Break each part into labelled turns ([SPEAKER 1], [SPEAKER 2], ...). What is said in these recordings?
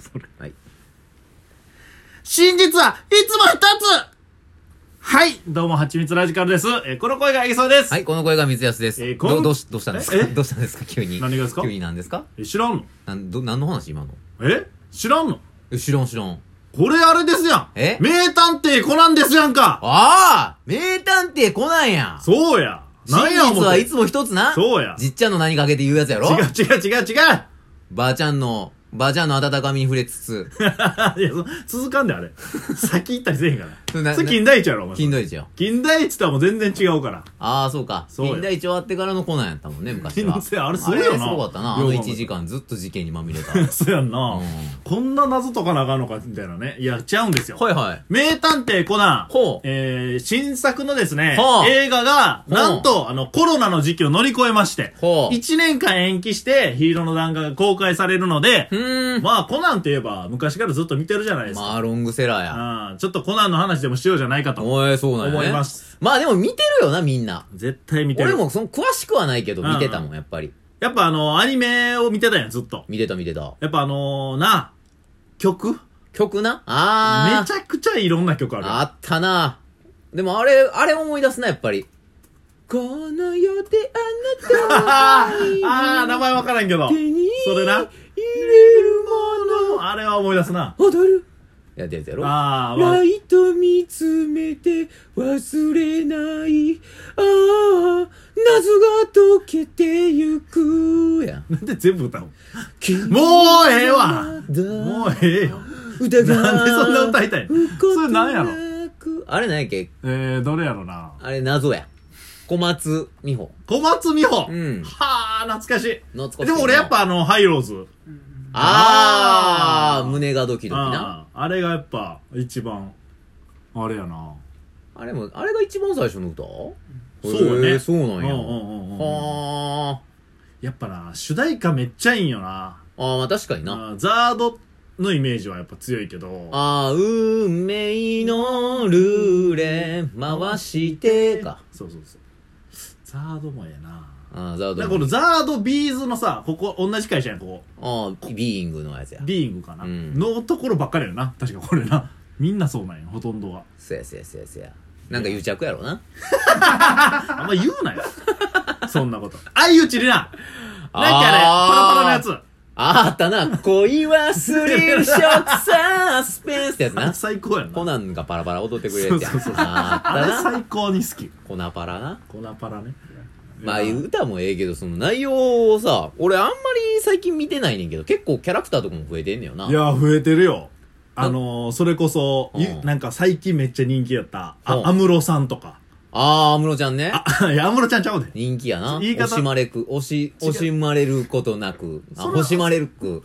[SPEAKER 1] それ
[SPEAKER 2] はい。
[SPEAKER 1] 真実はいつも二つはい、どうも、はちみつラジカルです。えーこの声がいそうです。
[SPEAKER 2] はい、この声が水安です。
[SPEAKER 1] えーこん
[SPEAKER 2] どどうしどうしたんですか
[SPEAKER 1] え
[SPEAKER 2] どうしたんですか急に。
[SPEAKER 1] 何がですか
[SPEAKER 2] 急に何ですか
[SPEAKER 1] え知らんの
[SPEAKER 2] なん、ど、何の話今の
[SPEAKER 1] え知らんの
[SPEAKER 2] え知らん知らん。
[SPEAKER 1] これあれですやん。
[SPEAKER 2] え
[SPEAKER 1] 名探偵コナンですやんか。
[SPEAKER 2] ああ名探偵コナンやん
[SPEAKER 1] そうや。
[SPEAKER 2] 真
[SPEAKER 1] 何や思
[SPEAKER 2] 実
[SPEAKER 1] っ
[SPEAKER 2] は
[SPEAKER 1] て
[SPEAKER 2] いつも一つな
[SPEAKER 1] そうや
[SPEAKER 2] じっちゃんの何かけて言うやつやろ
[SPEAKER 1] 違う違う違う 違
[SPEAKER 2] ばあちゃんの、ばあちゃんの温かみに触れつ つ、
[SPEAKER 1] ういや、そ続かんで あれ。先行ったりせえへんか
[SPEAKER 2] それな
[SPEAKER 1] ら。それ金田一やろ、お前。
[SPEAKER 2] 金土一よ。
[SPEAKER 1] 金田一とはもう全然違うから。
[SPEAKER 2] ああ、そうか。
[SPEAKER 1] そうよ
[SPEAKER 2] 金田一終わってからのコナンやったもんね、昔は。
[SPEAKER 1] 金田一あれすごいよな
[SPEAKER 2] あれすごかったな。あ
[SPEAKER 1] よ
[SPEAKER 2] の
[SPEAKER 1] う考えた
[SPEAKER 2] 1時間ずっと事件にまみ れた。
[SPEAKER 1] そうやんな、
[SPEAKER 2] うん
[SPEAKER 1] こんな謎解かなあかんのか、みたいなね。いや、ちゃうんですよ。
[SPEAKER 2] はいはい。
[SPEAKER 1] 名探偵コナン。
[SPEAKER 2] ほう
[SPEAKER 1] えー、新作のですね
[SPEAKER 2] ほう、
[SPEAKER 1] 映画が、
[SPEAKER 2] ほう
[SPEAKER 1] なんと、あの、コロナの時期を乗り越えまして、
[SPEAKER 2] ほう。
[SPEAKER 1] 1年間延期して、ヒーローの弾丸が公開されるので
[SPEAKER 2] う、ーん。
[SPEAKER 1] まあ、コナンといえば、昔からずっと見てるじゃないですか。
[SPEAKER 2] まあ、ロングセラーや。
[SPEAKER 1] あーちょっとコナンの話でもしようじゃないかと。
[SPEAKER 2] おえ、そうなんや、ね。
[SPEAKER 1] 思います。
[SPEAKER 2] まあでも見てるよな、みんな。
[SPEAKER 1] 絶対見て
[SPEAKER 2] 俺
[SPEAKER 1] る。
[SPEAKER 2] もその詳しくはないけど、
[SPEAKER 1] うん
[SPEAKER 2] 見てたもん、やっぱり。
[SPEAKER 1] やっぱあの、アニメを見てたやん、ずっと。
[SPEAKER 2] 見てた見てた。
[SPEAKER 1] やっぱあのー、な、曲
[SPEAKER 2] 曲な
[SPEAKER 1] め
[SPEAKER 2] あ
[SPEAKER 1] ち
[SPEAKER 2] ー。
[SPEAKER 1] ゃくちゃいろんな曲ある。
[SPEAKER 2] あったな。でもあれ、あれ思い出すな、やっぱり。この世であなた
[SPEAKER 1] ああー、
[SPEAKER 2] を
[SPEAKER 1] 名前わからんけど。
[SPEAKER 2] 手に
[SPEAKER 1] それな
[SPEAKER 2] 入れるも
[SPEAKER 1] あれは思い出すな。
[SPEAKER 2] の踊る。いや、出てやろ。
[SPEAKER 1] ああ、ま
[SPEAKER 2] ラ
[SPEAKER 1] あ、
[SPEAKER 2] イト見つめて忘れない。ああ、謎が解けてゆく。やん。
[SPEAKER 1] なんで全部歌うの
[SPEAKER 2] も
[SPEAKER 1] もうええわもうええよ。
[SPEAKER 2] 歌が
[SPEAKER 1] なんでそんな歌いたいのそれなんやろ
[SPEAKER 2] ろあれなんやっけ
[SPEAKER 1] えー、どれやろな。
[SPEAKER 2] あれ謎や。小松美穂。
[SPEAKER 1] 小松美穂。
[SPEAKER 2] うん
[SPEAKER 1] はあ、懐かし
[SPEAKER 2] 懐かしいな
[SPEAKER 1] い。でも俺やっぱあの、ハイローズ。
[SPEAKER 2] あー胸がドキドキな。
[SPEAKER 1] あーあれがやっぱ、一番、あれやな。
[SPEAKER 2] あれも、あれが一番最初の歌
[SPEAKER 1] そう
[SPEAKER 2] へ
[SPEAKER 1] や
[SPEAKER 2] ー
[SPEAKER 1] ね。
[SPEAKER 2] そうなんや。
[SPEAKER 1] うんうんうんうん
[SPEAKER 2] は
[SPEAKER 1] やっぱな、主題歌めっちゃいいんよな。
[SPEAKER 2] あ。あーまあ確かにな。
[SPEAKER 1] あーザードのイメージはやっぱ強いけど。
[SPEAKER 2] あー、運命のルーレ回してか。
[SPEAKER 1] そうそうそう。ザードもええな。
[SPEAKER 2] あー、ザー
[SPEAKER 1] なん
[SPEAKER 2] ド
[SPEAKER 1] かこ
[SPEAKER 2] の。
[SPEAKER 1] のザードビーズのさ、ここ、同じ会社やん、ここ。
[SPEAKER 2] あー、ビーイングのやつや。
[SPEAKER 1] ビーイングかな、
[SPEAKER 2] うん
[SPEAKER 1] のところばっかりやな確かこれなみんなそうなんやほとんどは
[SPEAKER 2] そやそやそやそや。なんか癒着やろな。
[SPEAKER 1] あんま言 うなよそんなこと相打ちりななんかあれパラパラのやつ
[SPEAKER 2] あーあったな。恋はスリルショックサスペンスってやつ
[SPEAKER 1] あれ
[SPEAKER 2] な。
[SPEAKER 1] 最高やんな
[SPEAKER 2] コナンがパラパラ踊ってくれるやつや。
[SPEAKER 1] そうそうそう
[SPEAKER 2] あー
[SPEAKER 1] あれ
[SPEAKER 2] あったな。
[SPEAKER 1] 最高に好き
[SPEAKER 2] コナパラな。
[SPEAKER 1] コナパラね
[SPEAKER 2] まあ
[SPEAKER 1] いや
[SPEAKER 2] 歌もええけど、その内容をさ、俺あんまり最近見てないねんけど、結構キャラクターとかも増えてんねよな。
[SPEAKER 1] いや増えてるよあのー、それこそ、
[SPEAKER 2] うん
[SPEAKER 1] ゆなんか最近めっちゃ人気やった
[SPEAKER 2] う
[SPEAKER 1] あ
[SPEAKER 2] ん
[SPEAKER 1] 安室さんとか
[SPEAKER 2] あー、安室ちゃんね。
[SPEAKER 1] あいや安室ちゃんちゃうで
[SPEAKER 2] 人気やな。
[SPEAKER 1] 言い方
[SPEAKER 2] 惜しまれく、惜し、
[SPEAKER 1] 違う
[SPEAKER 2] 惜しまれることなく、あ、
[SPEAKER 1] それは
[SPEAKER 2] 惜しまれるく、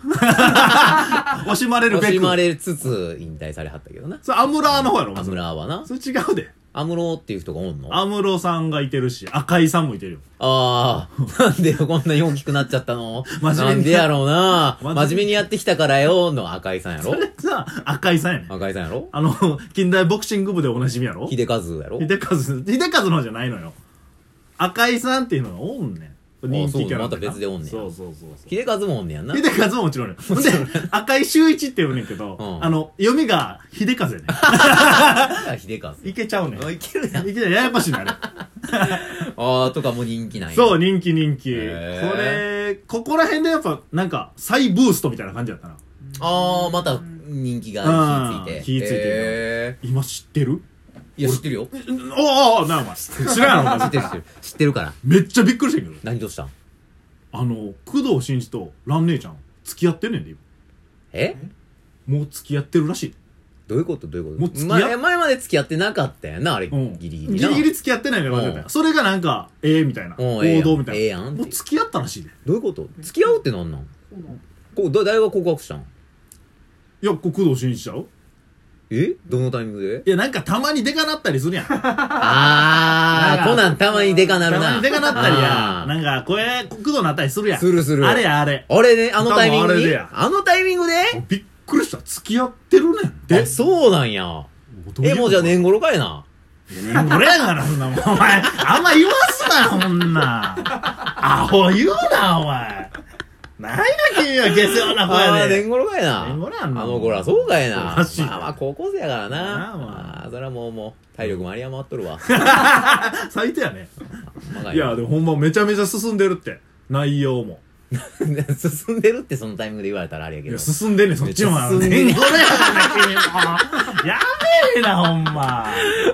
[SPEAKER 1] 惜しまれるべ
[SPEAKER 2] 惜
[SPEAKER 1] く
[SPEAKER 2] しまれつつ引退されはったけどな。
[SPEAKER 1] それ安室の方やろお前
[SPEAKER 2] 安室はな。
[SPEAKER 1] それ違うで
[SPEAKER 2] 安室っていう人がおんの
[SPEAKER 1] 安室さんがいてるし赤井さんもいてるよ
[SPEAKER 2] ああ、 なんでよ、こんなに大きくなっちゃったの
[SPEAKER 1] 真面目に
[SPEAKER 2] なんでやろうな
[SPEAKER 1] 真面
[SPEAKER 2] 真
[SPEAKER 1] 目に
[SPEAKER 2] 面目にやってきたからよ、の赤井さんやろ
[SPEAKER 1] それさ、赤井さんやねん。
[SPEAKER 2] 赤井さんやろ
[SPEAKER 1] あの、 近代ボクシング部でおなじみやろ秀
[SPEAKER 2] 秀和やろ
[SPEAKER 1] 和、秀和の方じゃないのよ。赤井さんっていうのがおんねん。人気キャラ
[SPEAKER 2] あそうまた別でおんねん
[SPEAKER 1] そうそうそうそう。
[SPEAKER 2] 秀和もおんねやんな。
[SPEAKER 1] 秀和ももち ろんね。ほんで、赤井秀一って呼ぶねんけど、
[SPEAKER 2] うん
[SPEAKER 1] あの、読みが秀和やね
[SPEAKER 2] あ秀和。
[SPEAKER 1] ん。いけちゃうねん。
[SPEAKER 2] あ
[SPEAKER 1] い
[SPEAKER 2] いけるやん。
[SPEAKER 1] けちゃう。ややこしい な、あれ。
[SPEAKER 2] ああ、とかも人気ない。。
[SPEAKER 1] そうう、人気人気。こ
[SPEAKER 2] へー
[SPEAKER 1] れ、ここら辺でやっぱ、なんか、再ブーストみたいな感じやったな。
[SPEAKER 2] ああ、また人気が火つい
[SPEAKER 1] うん
[SPEAKER 2] て。
[SPEAKER 1] 火ついてるよ
[SPEAKER 2] へ
[SPEAKER 1] 今知ってる
[SPEAKER 2] ーいや、知ってるよ。知
[SPEAKER 1] えおーおーなあ、お前。知らんやろ、お
[SPEAKER 2] っ
[SPEAKER 1] 前
[SPEAKER 2] てる、知ってる。知ってるから。
[SPEAKER 1] めっちゃびっくりしたけど。
[SPEAKER 2] 何どうしたん
[SPEAKER 1] あの、工藤新一と蘭姉ちゃん、付き合ってんねんで、今。
[SPEAKER 2] え
[SPEAKER 1] もう付き合ってるらしい。
[SPEAKER 2] どういうことどういうこと
[SPEAKER 1] もう付き合っ
[SPEAKER 2] 前前まで付き合ってなかったやんな、あれ。
[SPEAKER 1] うん。
[SPEAKER 2] ギリギリ
[SPEAKER 1] ギ
[SPEAKER 2] な。
[SPEAKER 1] リギリ付き合ってないみたいな感じだったよそれがなんか、ええみたいな。
[SPEAKER 2] うん
[SPEAKER 1] 報
[SPEAKER 2] ええやん
[SPEAKER 1] 道みた
[SPEAKER 2] ええ
[SPEAKER 1] い
[SPEAKER 2] やんっ
[SPEAKER 1] な。
[SPEAKER 2] て
[SPEAKER 1] もう付き合ったらしいで。
[SPEAKER 2] どういうこと付き合うってなんなんこう、だ誰が告白したん
[SPEAKER 1] いや、こう工藤新一ちゃう
[SPEAKER 2] えどのタイミングで
[SPEAKER 1] いや、なんかたまにでかなったりするやん。た
[SPEAKER 2] あ
[SPEAKER 1] な
[SPEAKER 2] あ
[SPEAKER 1] んか
[SPEAKER 2] コナンたまにデカなるな。
[SPEAKER 1] まにでかなったり
[SPEAKER 2] あ。
[SPEAKER 1] や
[SPEAKER 2] ー
[SPEAKER 1] なんか、これ、工藤なったりするやん。
[SPEAKER 2] するする
[SPEAKER 1] あれや、あれ。
[SPEAKER 2] あれね、あのタイミン
[SPEAKER 1] 多分
[SPEAKER 2] グ
[SPEAKER 1] あれで
[SPEAKER 2] に
[SPEAKER 1] や
[SPEAKER 2] あのタイミングで
[SPEAKER 1] びっくりした。付き合ってるねん
[SPEAKER 2] え、
[SPEAKER 1] で。
[SPEAKER 2] そうなんや。
[SPEAKER 1] どい
[SPEAKER 2] え、
[SPEAKER 1] こと
[SPEAKER 2] もうじゃあ。年頃かいな。
[SPEAKER 1] 年頃やから、そんなもん。お前、あんま言わすなよ、そんな。アホ言うな、お前。ないな、君は下世話な方
[SPEAKER 2] あ
[SPEAKER 1] や
[SPEAKER 2] あ、
[SPEAKER 1] で。
[SPEAKER 2] 年頃かいな。
[SPEAKER 1] 年頃やんな
[SPEAKER 2] あの頃はそうかいな。
[SPEAKER 1] マジで
[SPEAKER 2] まあまあ、高校生やからな。
[SPEAKER 1] なあま
[SPEAKER 2] ああ、それはもう、もう、体力も有り余っとるわ。
[SPEAKER 1] 最低やね。
[SPEAKER 2] まあ
[SPEAKER 1] いや、でもほんまめちゃめちゃ進んでるって。内容も。
[SPEAKER 2] 進んでるってそのタイミングで言われたらあれやけ
[SPEAKER 1] い
[SPEAKER 2] ど
[SPEAKER 1] や、。進んでんねん、そっちも。
[SPEAKER 2] めっちゃ進んでんねん
[SPEAKER 1] 年頃やからね、君も。やべえな、ほんま。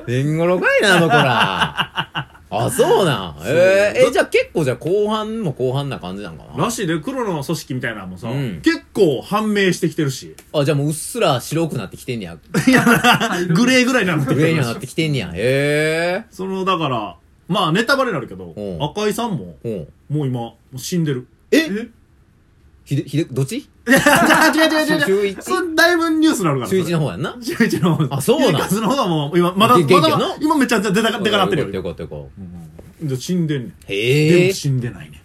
[SPEAKER 2] 年頃かいな、あの子ら。 あ、そうなん。
[SPEAKER 1] そう
[SPEAKER 2] えー、え、じゃあ結構じゃあ後半も後半な感じなんかな
[SPEAKER 1] らしいで、黒の組織みたいなのもさ、
[SPEAKER 2] うん
[SPEAKER 1] 結構判明してきてるし。
[SPEAKER 2] あ、じゃあもううっすら白くなってきてんねや。
[SPEAKER 1] グレーぐらいになってき
[SPEAKER 2] 上
[SPEAKER 1] て
[SPEAKER 2] に
[SPEAKER 1] る
[SPEAKER 2] は
[SPEAKER 1] し
[SPEAKER 2] なってきてんねや。へ
[SPEAKER 1] その、だから、まあ、ネタバレになるけど
[SPEAKER 2] う、ん
[SPEAKER 1] 赤井さんも、
[SPEAKER 2] え。うん。
[SPEAKER 1] もう今、もう死んでる。
[SPEAKER 2] えひで、ひで、どっち
[SPEAKER 1] 違う違う違う違う。
[SPEAKER 2] 中一
[SPEAKER 1] それだいぶニュースになるから。
[SPEAKER 2] 中一の
[SPEAKER 1] 方。
[SPEAKER 2] 方やんな。
[SPEAKER 1] 中一の方。
[SPEAKER 2] あそうなん
[SPEAKER 1] ゆりかずの方はもう、今、まだ、
[SPEAKER 2] げ元
[SPEAKER 1] ま
[SPEAKER 2] 気や
[SPEAKER 1] だ
[SPEAKER 2] な
[SPEAKER 1] まだ、今めっちゃ出た、出かなって
[SPEAKER 2] よ。
[SPEAKER 1] る
[SPEAKER 2] よ
[SPEAKER 1] よ。
[SPEAKER 2] かったよかった。
[SPEAKER 1] じゃあ死んでんねん。
[SPEAKER 2] へ
[SPEAKER 1] で
[SPEAKER 2] え
[SPEAKER 1] も。死んでないね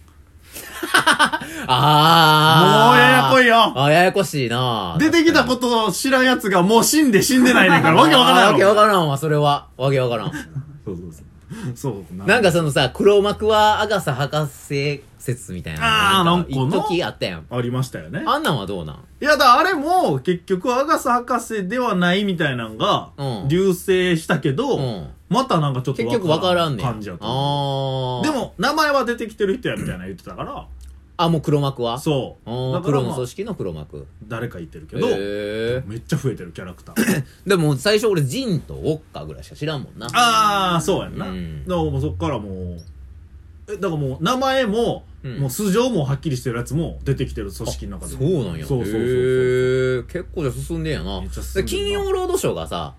[SPEAKER 2] ああ。
[SPEAKER 1] もうややこい。
[SPEAKER 2] あ、ややこしいなん
[SPEAKER 1] 出てきたことを知らん奴がもう死んで死んでないねんから、わけわからん
[SPEAKER 2] あ
[SPEAKER 1] や
[SPEAKER 2] ーわ
[SPEAKER 1] ろ。
[SPEAKER 2] けわからんわ、それは。わけわからん。
[SPEAKER 1] そうそうそう。そう。
[SPEAKER 2] なんかそのさ、黒幕はアガサ博士説みたいな。
[SPEAKER 1] あー
[SPEAKER 2] 一
[SPEAKER 1] なんかな
[SPEAKER 2] 時あったやん。
[SPEAKER 1] ありましたよね。
[SPEAKER 2] あんなんはどうなん
[SPEAKER 1] いや、だあれも、結局、アガサ博士ではないみたいなのが
[SPEAKER 2] う、ん
[SPEAKER 1] 流星したけど、
[SPEAKER 2] うん
[SPEAKER 1] またなんかちょっと
[SPEAKER 2] 結局わからんねん。
[SPEAKER 1] 感じやと思
[SPEAKER 2] あ
[SPEAKER 1] う。
[SPEAKER 2] ー
[SPEAKER 1] で。も、名前は出てきてる人やみたいなの言ってたから、
[SPEAKER 2] あ、もう黒幕は
[SPEAKER 1] そうう。だ
[SPEAKER 2] ん。
[SPEAKER 1] から、
[SPEAKER 2] 黒
[SPEAKER 1] ま
[SPEAKER 2] の
[SPEAKER 1] あ
[SPEAKER 2] 組織の黒幕。
[SPEAKER 1] 誰か言ってるけ
[SPEAKER 2] へ
[SPEAKER 1] ど、
[SPEAKER 2] え。
[SPEAKER 1] めっちゃ増えてるキャラクター。
[SPEAKER 2] でも最初俺、ジンとウォッカぐらいしか知らんもんな。
[SPEAKER 1] ああ、そうやんな。
[SPEAKER 2] うん
[SPEAKER 1] だからもうそっからもう、え、だからもう、名前も、
[SPEAKER 2] うん
[SPEAKER 1] もう素性もはっきりしてるやつも出てきてる組織の中
[SPEAKER 2] そ
[SPEAKER 1] で。
[SPEAKER 2] うなんや。
[SPEAKER 1] そうそうそうそう
[SPEAKER 2] へー結構じゃあ進んでんやな。
[SPEAKER 1] めっちゃ進んでんな
[SPEAKER 2] 金曜ロードショーがさ、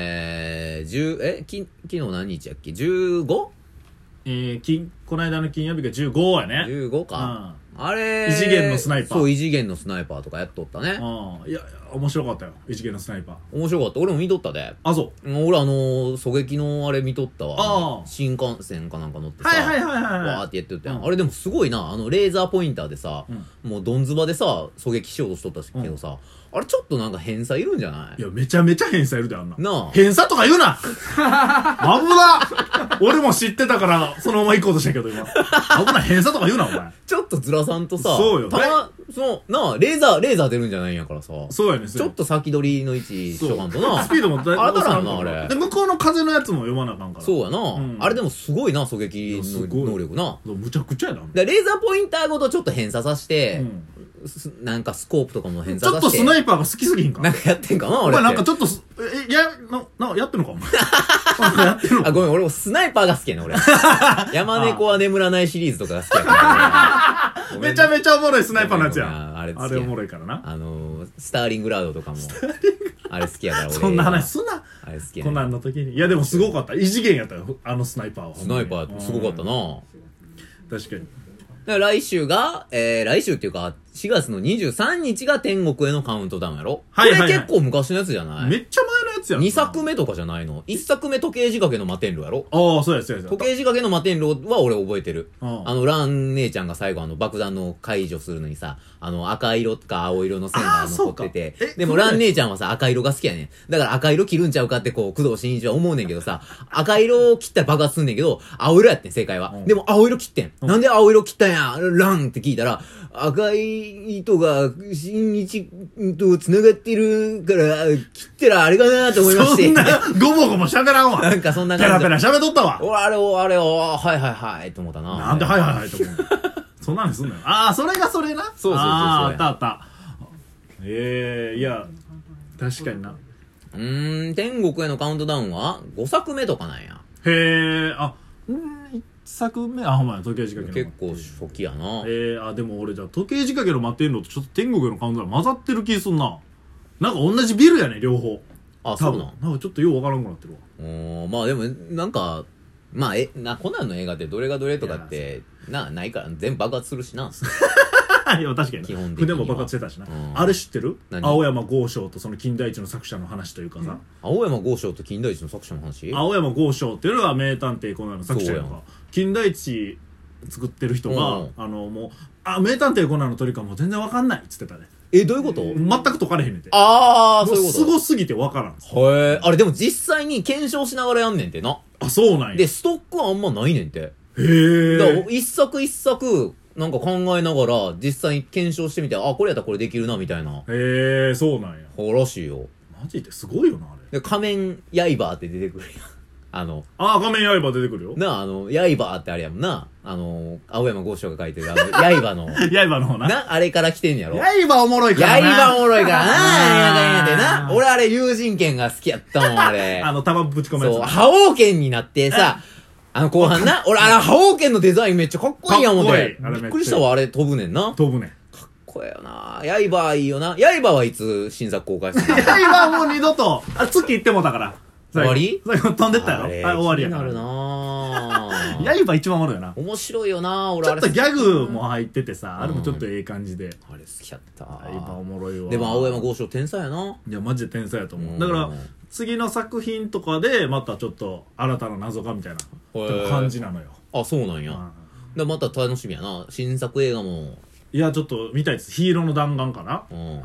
[SPEAKER 2] えー、10、え、き、昨日何日やっけ ?15?15
[SPEAKER 1] えー、金、この間の金曜日が15やね。
[SPEAKER 2] か。あれ
[SPEAKER 1] 異次元のスナイパー
[SPEAKER 2] そう、異次元のスナイパーとかやっとったね。
[SPEAKER 1] うん。うん。いや、いや面白かったよ。一元のスナイパー。
[SPEAKER 2] 面白かった。俺も見とったで。
[SPEAKER 1] あ、そう。
[SPEAKER 2] 俺あのー、狙撃のあれ見とった
[SPEAKER 1] あ
[SPEAKER 2] わ。
[SPEAKER 1] あ
[SPEAKER 2] 新幹線かなんか乗ってさ。
[SPEAKER 1] はいはいはいはいはい
[SPEAKER 2] わーってやってたやん
[SPEAKER 1] うん
[SPEAKER 2] あれでもすごいな。あの、レーザーポインターでさ、もうどんずばでさ、狙撃しようとしとったけどさ、あれちょっとなんか偏差いるんじゃない
[SPEAKER 1] いや、めちゃめちゃ偏差いるで、あんな。
[SPEAKER 2] なあ
[SPEAKER 1] 偏差とか言うな 危な俺も知ってたから、そのまま行こうとしたけど、今。危ない、偏差とか言うな、お前。
[SPEAKER 2] ちょっとずらさんとさ、
[SPEAKER 1] そうよ
[SPEAKER 2] たま、その、なあ、レーザー、レーザー出るんじゃないんやからさ、
[SPEAKER 1] そうやね、
[SPEAKER 2] ちょっと先取りの位置し
[SPEAKER 1] そう、
[SPEAKER 2] とかんとな。
[SPEAKER 1] スピードもだい
[SPEAKER 2] あれだら
[SPEAKER 1] 遅
[SPEAKER 2] ん
[SPEAKER 1] く
[SPEAKER 2] な、あ
[SPEAKER 1] るから
[SPEAKER 2] れ
[SPEAKER 1] で、。向こうの風のやつも読まなあかんから。
[SPEAKER 2] そうやな、
[SPEAKER 1] ん
[SPEAKER 2] あれでもすごいな、狙撃
[SPEAKER 1] やすごい
[SPEAKER 2] の能力な。
[SPEAKER 1] むちゃくちゃやな。
[SPEAKER 2] でレーザーポインターごとちょっと偏差さして、
[SPEAKER 1] う
[SPEAKER 2] すなんかスコープとかも偏
[SPEAKER 1] ん、ち
[SPEAKER 2] 差
[SPEAKER 1] ょ
[SPEAKER 2] さ
[SPEAKER 1] っ
[SPEAKER 2] して。
[SPEAKER 1] とスナイパーが好きすぎひんか
[SPEAKER 2] なんかやってんかな、
[SPEAKER 1] お
[SPEAKER 2] 俺って。
[SPEAKER 1] 前なんかちょっとす、え、や、な、な、やってんのかお前。なんかや ってん の
[SPEAKER 2] あ、
[SPEAKER 1] か
[SPEAKER 2] ごめん、俺もスナイパーが好きやねん、 俺。山猫は眠らないシリーズとかが好きやから、ね。
[SPEAKER 1] めちゃめちゃおもろいスナイパーのやつや
[SPEAKER 2] ごめんご
[SPEAKER 1] ん。
[SPEAKER 2] めんあれ好き
[SPEAKER 1] あ
[SPEAKER 2] や
[SPEAKER 1] れおもろいからな。
[SPEAKER 2] あのー、スターリングラードとか も。あれ好きやから、俺。
[SPEAKER 1] そんな話すな。
[SPEAKER 2] あれ好きやね
[SPEAKER 1] こんなんの時に。いやでもすごかった。異次元やったよ。あのスナイパーは。
[SPEAKER 2] スナイパーすごかった
[SPEAKER 1] な。
[SPEAKER 2] な。
[SPEAKER 1] 確かに。
[SPEAKER 2] だから来週が、えー、来週っていうか、4月の23日が天国へのカウントダウンやろ
[SPEAKER 1] はいはいは
[SPEAKER 2] こ
[SPEAKER 1] い
[SPEAKER 2] れ結構昔のやつじゃない
[SPEAKER 1] めっちゃ前のやつやん。
[SPEAKER 2] ?2 作目とかじゃないの ?1 作目時計仕掛けの摩天楼やろ
[SPEAKER 1] ああ、そうやそうやそう
[SPEAKER 2] 時
[SPEAKER 1] や。
[SPEAKER 2] 計仕掛けの摩天楼は俺覚えてる。
[SPEAKER 1] うん
[SPEAKER 2] あの、ラン姉ちゃんが最後あの爆弾の解除するのにさ、あの赤色か青色の線が
[SPEAKER 1] あーそ
[SPEAKER 2] 残
[SPEAKER 1] うか
[SPEAKER 2] ってて
[SPEAKER 1] え。
[SPEAKER 2] でも
[SPEAKER 1] そうなんや
[SPEAKER 2] ラン姉ちゃんはさ、赤色が好きやねん。だから赤色切るんちゃうかってこう、工藤新一は思うねんけどさ、 赤色を切ったら爆発すんねんけど、青色やってん、正解は
[SPEAKER 1] う。ん
[SPEAKER 2] でも青色切ってん。
[SPEAKER 1] ん
[SPEAKER 2] なんで青色切ったんや、ランって聞いたら、赤い糸が新一と繋がってるから、切ったらあれかなと思いまして。
[SPEAKER 1] そんな
[SPEAKER 2] な、
[SPEAKER 1] ごもごも喋らんわ。
[SPEAKER 2] んかそんな
[SPEAKER 1] ペ
[SPEAKER 2] 感じ
[SPEAKER 1] ラペラ喋っとったわ。
[SPEAKER 2] おあれおあれおはいはいはいと思ったな。
[SPEAKER 1] なんではいはいはいと思うのそんなのすんなよ。ああ、それがそれな。
[SPEAKER 2] そうそうそうそう
[SPEAKER 1] あーあったあった。ええいや、確かにな。
[SPEAKER 2] うーん、天国へのカウントダウンは5作目とかなんや。
[SPEAKER 1] へえ、あ、うん、一作目、あ、ほんまや、時計仕掛け
[SPEAKER 2] 結
[SPEAKER 1] の。
[SPEAKER 2] 構初期やな。
[SPEAKER 1] ええあ、でも俺じゃあ時計仕掛けの待ってんのとちょっと天国へのカウントダウン混ざってる気すんな。なんか同じビルやね、両方。
[SPEAKER 2] あ、
[SPEAKER 1] 多
[SPEAKER 2] そう
[SPEAKER 1] 分
[SPEAKER 2] なん。
[SPEAKER 1] なんかちょっとようわからんくなってるわ。
[SPEAKER 2] おーまあでも、なんか、まあ、え、な、コナンの映画ってどれがどれとかって、な、ないから、全部爆発するしな。
[SPEAKER 1] いや、確かにな。
[SPEAKER 2] 基本的には
[SPEAKER 1] 筆も爆発してたしな。
[SPEAKER 2] うん
[SPEAKER 1] あれ知ってる
[SPEAKER 2] 何
[SPEAKER 1] 青山豪昌とその金田一の作者の話というかさ。
[SPEAKER 2] 青山豪昌と金田一の作者の話
[SPEAKER 1] 青山豪昌っていうのは名探偵コナンの作者やん
[SPEAKER 2] そう
[SPEAKER 1] か金田一作ってる人が、
[SPEAKER 2] うん
[SPEAKER 1] あのもう「あ名探偵コナンの鳥かもう全然わかんない」っつってたね
[SPEAKER 2] え、どういうこと
[SPEAKER 1] 全く解かれへんねんて
[SPEAKER 2] あー、
[SPEAKER 1] も
[SPEAKER 2] そう
[SPEAKER 1] う
[SPEAKER 2] いう
[SPEAKER 1] す
[SPEAKER 2] こ
[SPEAKER 1] ごすぎてわからん
[SPEAKER 2] と。へえ、あれでも実際に検証しながらやんねんてな。
[SPEAKER 1] あそうなんや
[SPEAKER 2] で、
[SPEAKER 1] へ
[SPEAKER 2] ストックはあんまないねんて。だから
[SPEAKER 1] え
[SPEAKER 2] 一作一作、なんか考えながら、実際に検証してみて、あ、これやったらこれできるな、みたいな。
[SPEAKER 1] へえ、そうなんや。
[SPEAKER 2] ほらしいよ。
[SPEAKER 1] マジですごいよな、あれ。
[SPEAKER 2] で、仮面、刃って出てくるやん。 あの、
[SPEAKER 1] ああ、仮面刃出てくるよ。
[SPEAKER 2] なあ、あの、刃ってあれやもんな。あの、青山剛昌が書いてる、あ の、刃の、
[SPEAKER 1] 刃の方な。
[SPEAKER 2] な、あれから来てんやろ。
[SPEAKER 1] 刃おもろいからな。
[SPEAKER 2] 刃おもろいからな、
[SPEAKER 1] あ
[SPEAKER 2] なん
[SPEAKER 1] ー
[SPEAKER 2] やかんやでな。俺あれ、友人剣が好きやったもん、あれ。
[SPEAKER 1] あの、玉ぶち込むやつ
[SPEAKER 2] そう、
[SPEAKER 1] な。
[SPEAKER 2] 覇王剣になってさ、あの後半な、俺、あの、覇王剣のデザインめっちゃかっこいいやん思っ
[SPEAKER 1] かっこいい
[SPEAKER 2] て。
[SPEAKER 1] あれめっちゃ
[SPEAKER 2] びっくりしたわ、あれ飛ぶねんな。かっ
[SPEAKER 1] 飛ぶね。
[SPEAKER 2] こええよな。刃いいよな。刃はいつ新作公開するの
[SPEAKER 1] 刃もう二度と、あ、月行ってもうたから。最後
[SPEAKER 2] 終
[SPEAKER 1] 最後飛んでったやろ。
[SPEAKER 2] あれ
[SPEAKER 1] あ、終わりや
[SPEAKER 2] 気に
[SPEAKER 1] か
[SPEAKER 2] なる
[SPEAKER 1] ら。
[SPEAKER 2] なぁ。
[SPEAKER 1] 刃一番おもろいよな。
[SPEAKER 2] 面白いよな俺
[SPEAKER 1] ち
[SPEAKER 2] あ
[SPEAKER 1] ょっ
[SPEAKER 2] れ
[SPEAKER 1] と
[SPEAKER 2] 好き
[SPEAKER 1] ギャグも入っててさ、あれもちょっとええ感じで。
[SPEAKER 2] あれ好きやった
[SPEAKER 1] 刃おもろいわ。
[SPEAKER 2] でも青山剛昌天才やない
[SPEAKER 1] や、マジで天才やと思
[SPEAKER 2] う
[SPEAKER 1] う。
[SPEAKER 2] ん
[SPEAKER 1] だから、次の作品とかで、またちょっと新たな謎がみたいな感じなのよ。
[SPEAKER 2] あそうなん
[SPEAKER 1] うん
[SPEAKER 2] やでまた楽しみやな新作映画も
[SPEAKER 1] いや、ちょっと見たいです。ヒーローの弾丸かな
[SPEAKER 2] う。んへ
[SPEAKER 1] うん。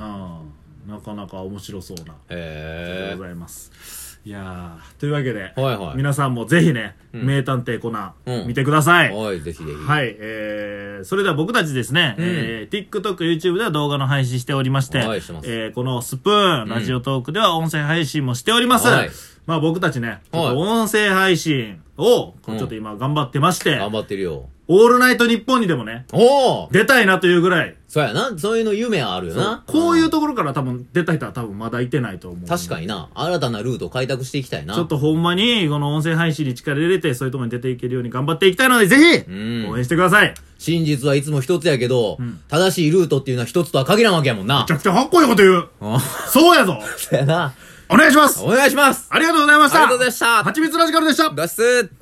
[SPEAKER 1] なかなか面白そうな。で
[SPEAKER 2] え
[SPEAKER 1] ございます。いやーというわけで、
[SPEAKER 2] はいはい
[SPEAKER 1] 皆さんもぜひね、
[SPEAKER 2] うん
[SPEAKER 1] 名探偵コナン、
[SPEAKER 2] うん
[SPEAKER 1] 見てください。
[SPEAKER 2] はいぜひぜひ
[SPEAKER 1] はい、えー、それでは僕たちですね、
[SPEAKER 2] うん
[SPEAKER 1] えー、TikTok、YouTube では動画の配信しておりまして、
[SPEAKER 2] はいしてます
[SPEAKER 1] えー、このスプーン、ラジオトークでは音声配信もしております。
[SPEAKER 2] はい
[SPEAKER 1] まあ僕たちね、ちょっ
[SPEAKER 2] はい
[SPEAKER 1] と音声配信を、
[SPEAKER 2] うん
[SPEAKER 1] ちょっと今頑張ってまして、
[SPEAKER 2] 頑張ってるよ
[SPEAKER 1] オールナイト日本にでもね、
[SPEAKER 2] おお
[SPEAKER 1] 出たいなというぐらい、
[SPEAKER 2] そうやなそういうの夢はあるよな
[SPEAKER 1] こういうところから多分出た人は多分まだいてないと思う。
[SPEAKER 2] 確かにな新たなルートを開拓していきたいな
[SPEAKER 1] ちょっとほんまに、この音声配信に力入れて、そういうところに出ていけるように頑張っていきたいので、ぜ
[SPEAKER 2] う
[SPEAKER 1] ひ、応
[SPEAKER 2] ん
[SPEAKER 1] 援してください。め
[SPEAKER 2] 真実はいつも一つやけど正しいルートっていうのは一つとは限らんわけやもんな
[SPEAKER 1] ちゃくちゃかっこいいこと言う。
[SPEAKER 2] うん
[SPEAKER 1] そうやぞ。
[SPEAKER 2] そうやな
[SPEAKER 1] お願いします。
[SPEAKER 2] お願いします
[SPEAKER 1] ありがとうございまし
[SPEAKER 2] あり
[SPEAKER 1] た。
[SPEAKER 2] がとうございました
[SPEAKER 1] はちみつラジカルでした。
[SPEAKER 2] どうっす